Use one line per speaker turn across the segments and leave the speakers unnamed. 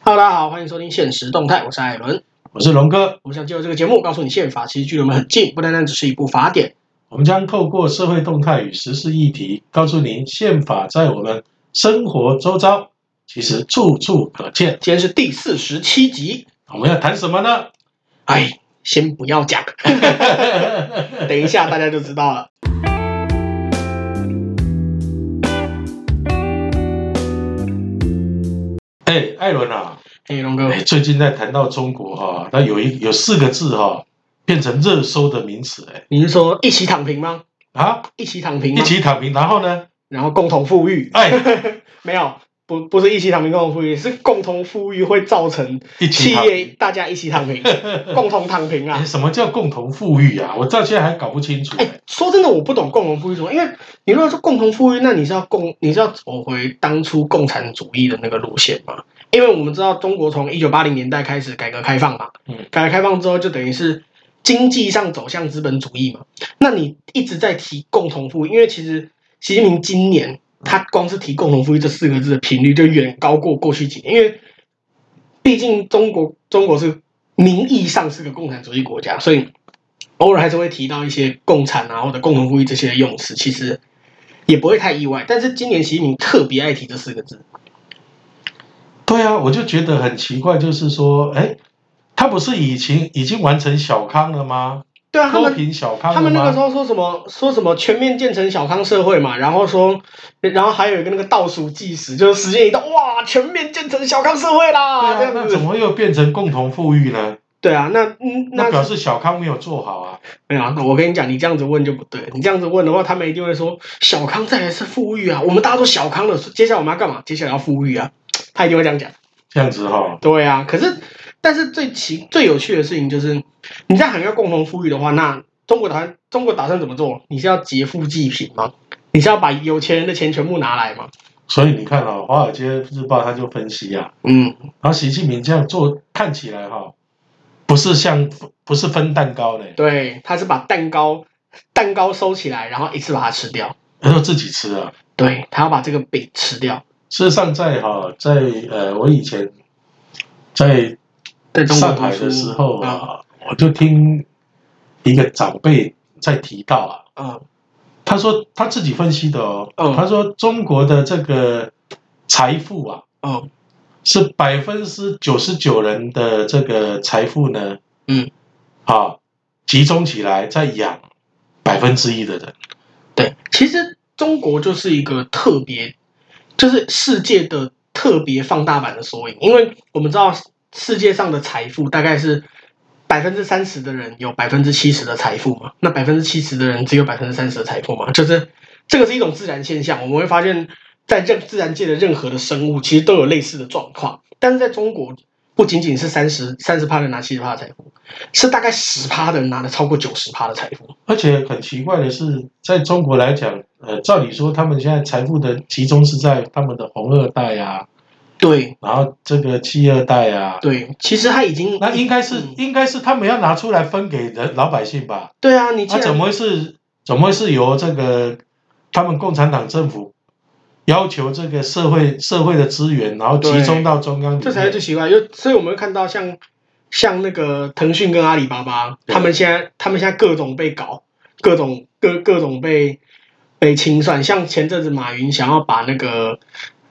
好，欢迎收听《现实动态》，我是艾伦。
我是龙哥。
我们想借由这个节目，告诉你宪法其实距离我们很近，不单单只是一部法典。
我们将透过社会动态与时事议题，告诉您宪法在我们生活周遭其实处处可见。
今天是第四十七集，
我们要谈什么呢？
哎，先不要讲， 等一下大家就知道了。
哎，艾伦啊，
哎，龙哥，
哎，最近在谈到中国哈、那有一有四个字哈、啊变成热搜的名词哎
你是说一起躺平吗？
啊，
一起躺平吗？
一起躺平，然后呢？
然后共同富裕？
哎，
没有，不不是一起躺平共同富裕，是共同富裕会造成
一起
企
躺
业啊
平。
大家一起躺 平，共同躺平啊
哎，。什么叫共同富裕啊？我到现在还搞不清楚、
哎，说真的，我不懂共同富裕什么，因为你如果说共同富裕，那你是要共，你是要走回当初共产主义的那个路线嘛？因为我们知道中国从一九八零年代开始改革开放嘛，
嗯
改革开放之后就等于是经济上走向资本主义嘛。那你一直在提共同富裕，因为其实习近平今年他光是提共同富裕这四个字的频率就远高过过去几年，因为毕竟中国中国是名义上是个共产主义国家，所以偶尔还是会提到一些共产啊或者共同富裕这些用词，其实也不会太意外。但是今年习近平特别爱提这四个字，
对啊，我就觉得很奇怪，就是说，哎，他不是已经已经完成小康了吗？
对啊，他
高
们
频小康了吗？
他们那个时候说什么说什么全面建成小康社会嘛，然后说，然后还有一个那个倒数计时，就是时间一到，哇，全面建成小康社会啦，
对啊，
这
那
样
怎
子。
么又变成共同富裕呢？
对啊，那嗯
那
那
表示小康没有做好啊。
没有啊，我跟你讲，你这样子问就不对。你这样子问的话，他们一定会说小康再来是富裕啊，我们大家都小康了，接下来我们要干嘛？接下来要富裕啊，他一定会这样讲。
这样子哈、哦，
对啊，可是但是最奇最有趣的事情就是，你在喊要共同富裕的话，那中国打算中国打算怎么做？你是要劫富济贫吗？你是要把有钱人的钱全部拿来吗？
所以你看啊、华尔街日报》他就分析啊，
嗯，
然后习近平这样做看起来哈、不是像不是分蛋糕呢，
对，他是把蛋糕蛋糕收起来，然后一次把它吃掉。
他说自己吃啊。
对他要把这个饼吃掉，
事实上在、哈，在呃，我以前在
在中国
上
读
海
书
的时候
啊，
啊，我就听一个长辈在提到啊，
嗯
他说他自己分析的哦，
嗯
他说中国的这个财富啊，
嗯
是百分之九十九人的这个财富呢，
嗯，
啊，集中起来在养百分之一的人，
对，其实中国就是一个特别，就是世界的特别放大版的缩影，因为我们知道世界上的财富大概是百分之三十的人有百分之七十的财富嘛，那百分之七十的人只有百分之三十的财富嘛，就是这个是一种自然现象，我们会发现在任自然界的任何的生物其实都有类似的状况，但是在中国。不仅仅是三十三十趴的人拿七十趴的财富，是大概十趴的人拿了超过九十趴的财富。
而且很奇怪的是，在中国来讲，呃，照理说他们现在财富的集中是在他们的红二代啊，
对
然后这个七二代啊，
对，其实他已经
那应该是
嗯
应该是他们要拿出来分给人老百姓吧？
对啊，你既
那、
然
怎么会是怎么会是由这个他们共产党政府要求这个社会社会的资源，然后集中到中央里面？
这才是最奇怪？就所以我们会看到像像那个腾讯跟阿里巴巴，
对
他们现在他们现在各种被搞，各种各各种被被清算。像前阵子马云想要把那个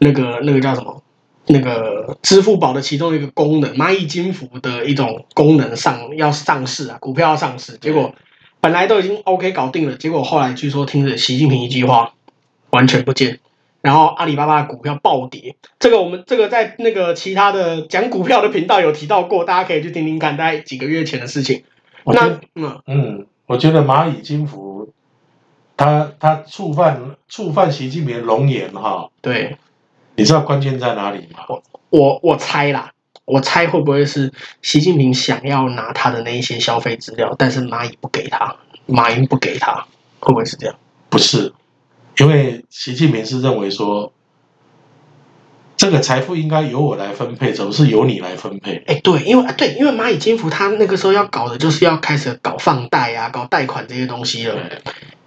那个那个叫什么？那个支付宝的其中一个功能，蚂蚁金服的一种功能上要上市啊，股票要上市，结果本来都已经 OK 搞定了，结果后来据说听着习近平一句话，完全不见，然后阿里巴巴的股票暴跌，这个我们这个在那个其他的讲股票的频道有提到过，大家可以去听听看，大概几个月前的事情。
我觉
那
得
嗯，
嗯，我觉得蚂蚁金服，他他触犯触犯习近平的龙颜哈，
对
你知道关键在哪里吗？
我我猜啦，我猜会不会是习近平想要拿他的那一些消费资料，但是蚂蚁不给他，马云不给他，会不会是这样？
不是，因为习近平是认为说。这个财富应该由我来分配，怎么是由你来分配？
哎，对，因为对，因为蚂蚁金服它那个时候要搞的就是要开始搞放贷啊，搞贷款这些东西了。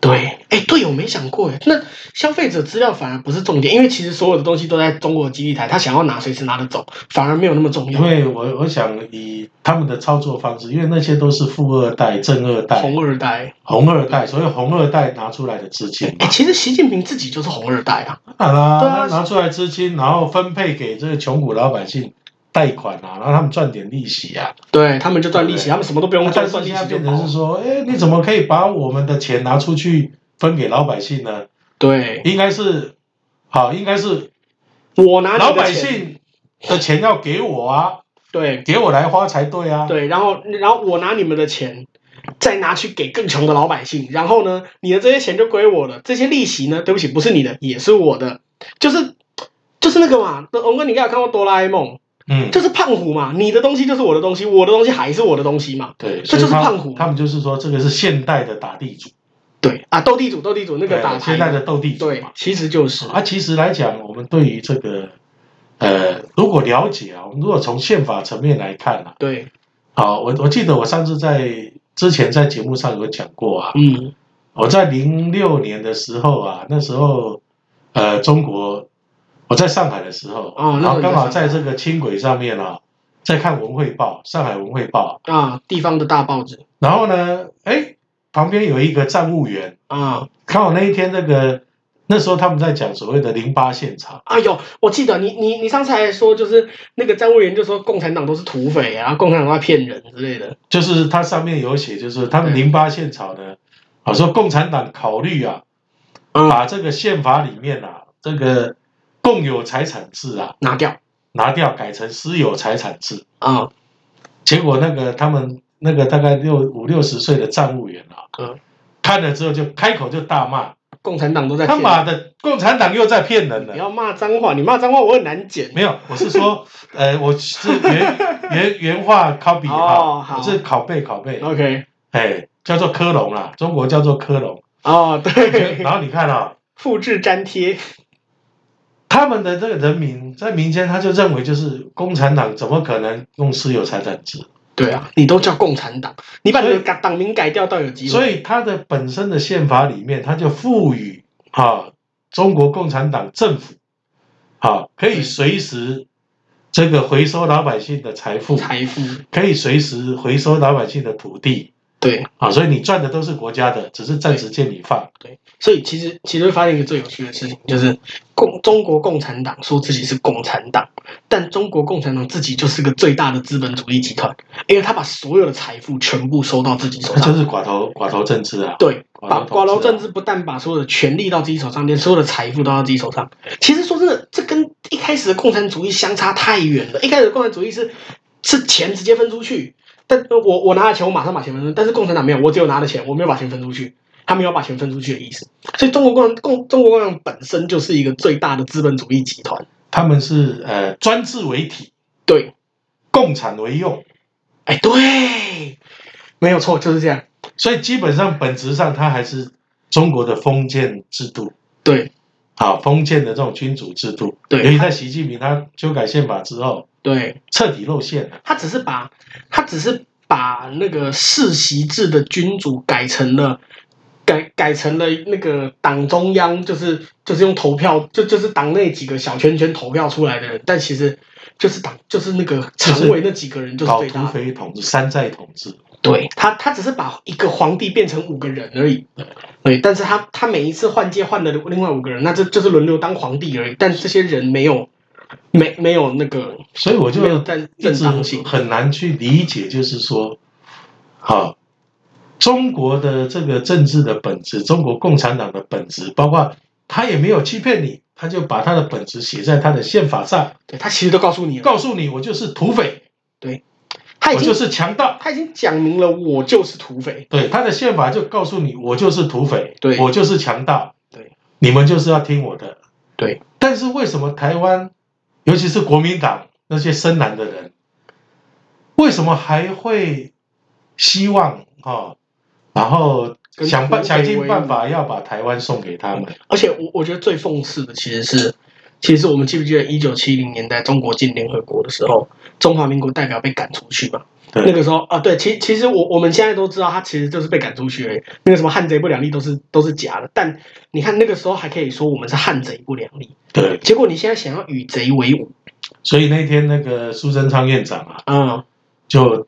对，哎，对，我没想过，哎，那消费者资料反而不是重点，因为其实所有的东西都在中国基地台，他想要拿随时拿得走，反而没有那么重
因
要。
为我我想以他们的操作方式，因为那些都是富二代、正二代、
红二代，
红二代，所以红二代拿出来的资金嘛
哎，，其实习近平自己就是红二代啊，
当然啦，
对啊
他拿出来资金，然后分配给这个穷苦老百姓贷款啊，让他们赚点利息啊。
对他们就赚利息，
对
他们什么都不用
啊
做，
但是
赚利
现在
息就
变成
跑
是。说，哎，你怎么可以把我们的钱拿出去分给老百姓呢？
对，
应该是，好，应该是
我拿你的
老百
钱，
姓的钱要给我啊，
对
给我来花才对啊。
对，然后然后我拿你们的钱。再拿去给更穷的老百姓，然后呢，你的这些钱就归我了，这些利息呢，对不起，不是你的，也是我的，就是就是那个嘛，龙哥，你应该有看过哆啦 A 梦，
嗯，
就是胖虎嘛，你的东西就是我的东西，我的东西还是我的东西嘛。
对，
这
所
就
以
是
他
胖虎
他们就是说，这个是现代的打地主，
对啊，斗地主，斗地主那个
对
打牌
现代的斗地主
对
嘛。，
其实就是
啊，其实来讲，我们对于这个，呃，如果了解啊，我们如果从宪法层面来看啊，
对，
好，我我记得我上次在之前在节目上有讲过啊，
嗯，
我在零六年的时候啊，那时候，呃，中国我在上海的时候，
哦那时候
然后
你在
刚好
上海
在这个轻轨上面啊，在看《文汇报》，上海《文汇报
啊，地方的大报纸》，
然后呢，哎，旁边有一个站务员，
啊
刚好那一天那个那时候他们在讲所谓的零八现场，
啊有，我记得你你你上次还说就是那个站务员就说共产党都是土匪啊，共产党在骗人之类的，
就是它上面有写，就是他们
对
零八现场呢，啊，说共产党考虑啊，
嗯
把这个宪法里面啊这个共有财产制啊
拿掉
拿掉，改成私有财产制。
啊，
结果那个他们那个大概六五六十岁的站务员啊，
嗯
看了之后就开口就大骂，
共产党都在
他
骗人。
妈的共产党又在骗人
不
了。
要骂脏话，你骂脏话我很难剪。
没有，我是说，呃，我是原原原话 copy
哦
哈，
好
我是拷贝拷贝，
OK，
哎，叫做科隆啦，中国叫做科隆。
哦对，
然后你看啊、
复制粘贴，
他们的这个人民在民间，他就认为就是共产党怎么可能用私有财产制？
对啊，你都叫共产党，你把你的
所以
党党名改掉倒有机会。
所以他的本身的宪法里面，他就赋予啊中国共产党政府啊可以随时这个回收老百姓的财富，
财富，
可以随时回收老百姓的土地
对
啊，所以你赚的都是国家的，只是暂时借你放。
对，所以其实其实会发现一个最有趣的事情，就是共中国共产党说自己是共产党，但中国共产党自己就是个最大的资本主义集团，因为他把所有的财富全部收到自己手
那就
上。
是寡头寡头政治啊，
对，
寡
把
头
瓜楼
政
政
治
治不但把所有的权利到自己手上，连所有的财富都到自己手上。其实说真的，这跟一开始的共产主义相差太远了。一开始的共产主义是是钱直接分出去，但呃我我拿了钱，我马上把钱分出去。但是共产党没有，我只有拿了钱，我没有把钱分出去。他没有把钱分出去的意思，所以中国共共中国共产党本身就是一个最大的资本主义集团。
他们是呃专制为体，
对，
共产为用，
哎，对，没有错，就是这样。
所以基本上本质上它还是中国的封建制度。
对
啊，封建的这种君主制度，
对
尤其在习近平他修改宪法之后，
对，
彻底露馅了。
他只是把，他只是把那个世袭制的君主改成了，改改成了那个党中央，就是就是用投票，就就是党内几个小圈圈投票出来的人，但其实就是党就是那个常委那几个人就是
搞
最
土
大的。
匪统治、山寨统治，
对他，他只是把一个皇帝变成五个人而已。对，但是他他每一次换届换了另外五个人，那这就是轮流当皇帝而已。但这些人没有，没没有那个
所以我就
没有正
一
正当
直
性
很难去理解，就是说，啊，中国的这个政治的本质，中国共产党的本质，包括他也没有欺骗你，他就把他的本质写在他的宪法上，
对他其实都告诉你了，
告诉你我就是土匪，
他已
我
经
就是强盗。
他已经讲明了，我就是土匪。
对，他的宪法就告诉你，我就是土匪，
对
我就是强盗，
对，
你们就是要听我的，
对，
但是为什么台湾，尤其是国民党那些深蓝的人，为什么还会希望哦，然后
跟
想办
土匪
想
为
尽办
伍
法要把台湾送给他们？
而且我我觉得最讽刺的其实是其实我们记不记得一九七零年代中国进联合国的时候，中华民国代表被赶出去嘛？
对
那个时候啊，对，其其实我我们现在都知道，他其实就是被赶出去而已。那个什么汉贼不两立都是都是假的，但你看那个时候还可以说我们是汉贼不两立，
对，
结果你现在想要与贼为伍，
所以那天那个苏贞昌院长啊，
嗯，
就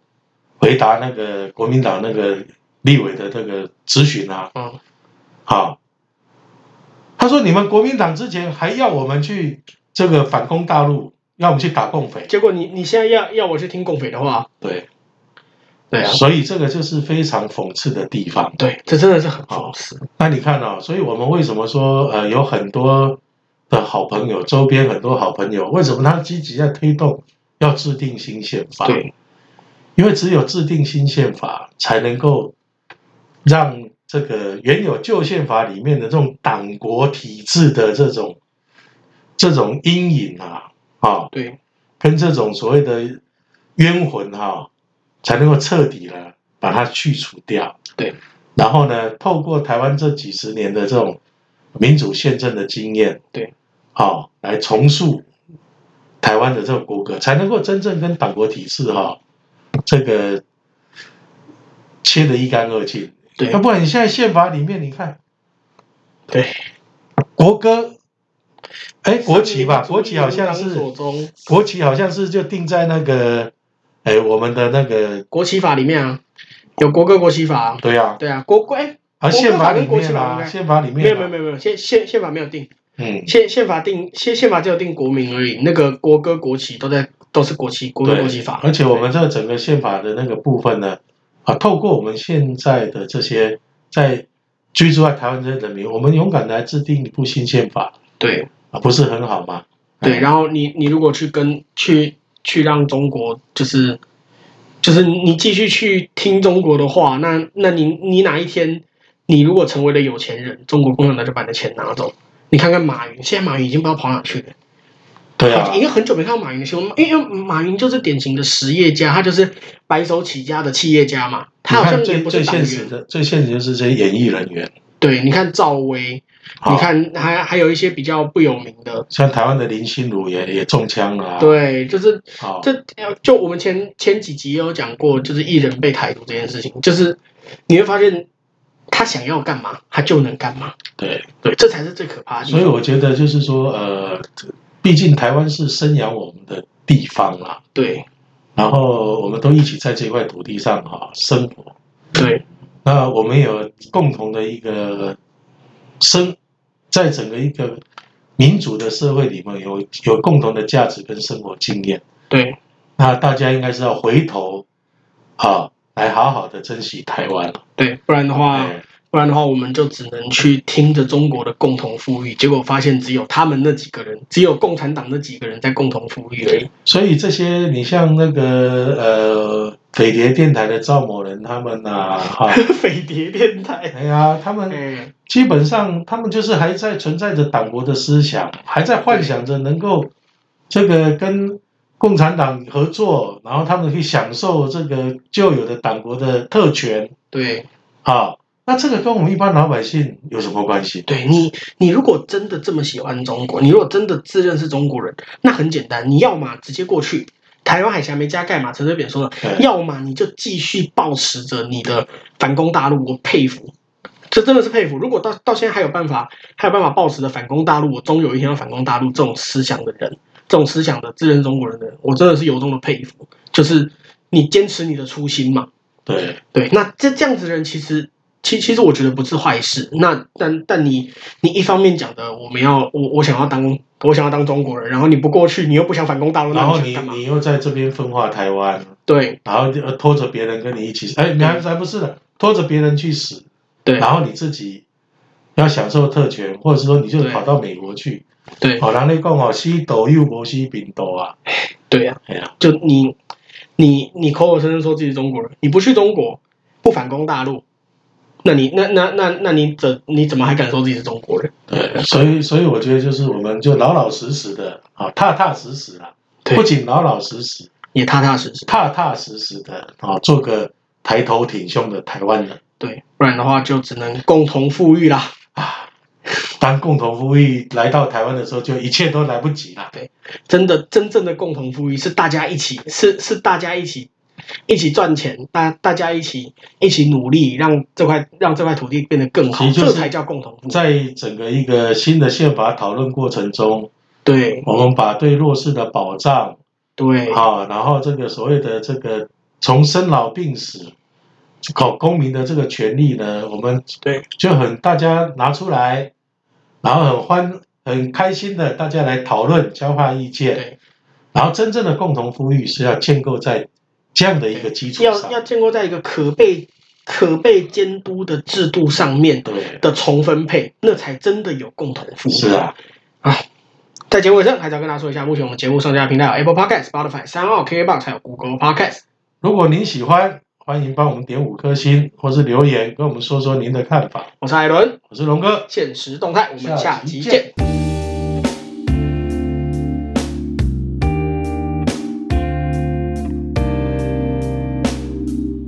回答那个国民党那个立委的这个咨询啊，
嗯，
好，他说你们国民党之前还要我们去这个反攻大陆，要我们去打共匪，
结果你你现在要要我去听共匪的话，
对，
对啊，
所以这个就是非常讽刺的地方。
对，这真的是很讽刺，
那你看啊、所以我们为什么说呃有很多的好朋友，周边很多好朋友，为什么他积极在推动要制定新宪法？
对，
因为只有制定新宪法，才能够让这个原有旧宪法里面的这种党国体制的这种这种阴影啊啊、
对，
跟这种所谓的冤魂哈、才能够彻底的把它去除掉。
对，
然后呢，透过台湾这几十年的这种民主宪政的经验，
对，
好、来重塑台湾的这种国格，才能够真正跟党国体制哈、这个切得一干二净。
对
要不然你现在宪法里面，你看
对，
国歌，哎，国旗吧，国旗好像
民
是
主党所中
国旗好像是就定在那个，哎，我们的那个，
国旗法里面啊，有国歌国旗法啊，
对啊，
对啊，国国哎，国
啊，
歌
宪法
法
里
跟国旗
面
法
啦，
应该
宪法里面，啊
没有没有没有没有，宪宪宪法没有定。
嗯，
宪宪法定宪宪法只有定国民而已，那个国歌国旗都在都是国旗国歌国旗
对
法，，
而且我们这整个宪法的那个部分呢，啊，透过我们现在的这些在居住在台湾这些人民，我们勇敢地来制定一部新宪法，
对
啊，不是很好吗？
对，
嗯
然后你你如果去跟去去让中国就是就是你继续去听中国的话，那那你你哪一天你如果成为了有钱人，中国共产党就把你的钱拿走。你看看马云，现在马云已经不知道跑哪去了。
对啊
已，经很久没看到马云的新闻，因为马云就是典型的实业家，他就是白手起家的企业家嘛。他好
你
像
看
也
最
不是
最
党
现实
员。
的，最现实就是这些演艺人员，
对，你看赵薇，
啊
你，看，还还有一些比较不有名的，
像台湾的林心如也也中枪了啊，啊
对，就是
好，
这呃就我们前前几集也有讲过，就是艺人被台独这件事情，就是你会发现他想要干嘛，他就能干嘛，
对。
对，这才是最可怕的地
所以
方。
我觉得就是说，呃，毕竟台湾是生养我们的地方啦，
对
然后我们都一起在这块土地上哈、生活，
对
那我们有共同的一个生，在整个一个民主的社会里面有有共同的价值跟生活经验，
对
那大家应该是要回头啊，来好好的珍惜台湾了。
对，不然的话，
哎
不然的话，我们就只能去听着中国的共同富裕，结果发现只有他们那几个人，只有共产党那几个人在共同富裕而已。
所以这些，你像那个呃，匪谍电台的赵某人他们呐、哈、
匪谍电台，
哎呀，他们
哎，
基本上，他们就是还在存在着党国的思想，还在幻想着能够这个跟共产党合作，然后他们可以享受这个旧有的党国的特权
对。
啊。那这个跟我们一般老百姓有什么关系？
对你，你如果真的这么喜欢中国，你如果真的自认是中国人，那很简单，你要嘛直接过去。台湾海峡没加盖嘛，陈水扁说了，
对
要么你就继续保持着你的反攻大陆，我佩服，这真的是佩服。如果到到现在还有办法，还有办法保持着反攻大陆，我终有一天要反攻大陆这种思想的人，这种思想的自认中国人的人，我真的是由衷的佩服。就是你坚持你的初心嘛，
对
对，那这这样子的人其实。其其实我觉得不是坏事，那但但你你一方面讲的我们要我我想要当我想要当中国人，然后你不过去，你又不想反攻大陆，
然
那
后
你
你
想干嘛？
你又在这边分化台湾，
对
然后就呃拖着别人跟你一起，哎，你还还不是的，拖着别人去死，
嗯对
然后你自己要享受特权，或者说你就
对
跑到美国去，
对
哦，人咧讲哦，死道又无死病道啊，
对啊呀、
哎呀，
就你你你口口声声说自己是中国人，你不去中国，不反攻大陆，那你那那那那你怎你怎么还敢说自己是中国人？
对，所以所以我觉得就是我们就老老实实的啊、踏踏实实啦，
对
不仅老老实实，
也踏踏实实，
踏踏实实的啊、做个抬头挺胸的台湾人
对，不然的话就只能共同富裕啦。
啊，当共同富裕来到台湾的时候，就一切都来不及了。
真的真正的共同富裕是大家一起，是是大家一起一起赚钱，大大家一起一起努力，让这块让这块土地变得更好，
其实就是
这才叫共同富裕。
在整个一个新的宪法讨论过程中，
对
我们把对弱势的保障
对
啊，然后这个所谓的这个从生老病死，搞公民的这个权利呢，我们
对
就很大家拿出来，然后很欢很开心的大家来讨论交换意见，
对，
然后真正的共同富裕是要建构在这样的一个基础
要要
上，
建构在一个可被可被监督的制度上面
对，
的重分配，那才真的有共同富裕。
是啊。
在节目尾声，还是要跟大家说一下，目前我们节目上架的平台有 Apple Podcast、Spotify、三奥 KKBox 还有 Google Podcast。
如果您喜欢，欢迎帮我们点五颗星，或是留言跟我们说说您的看法。
我是艾伦，
我是龙哥，
现实动态，我们下集见。
下集见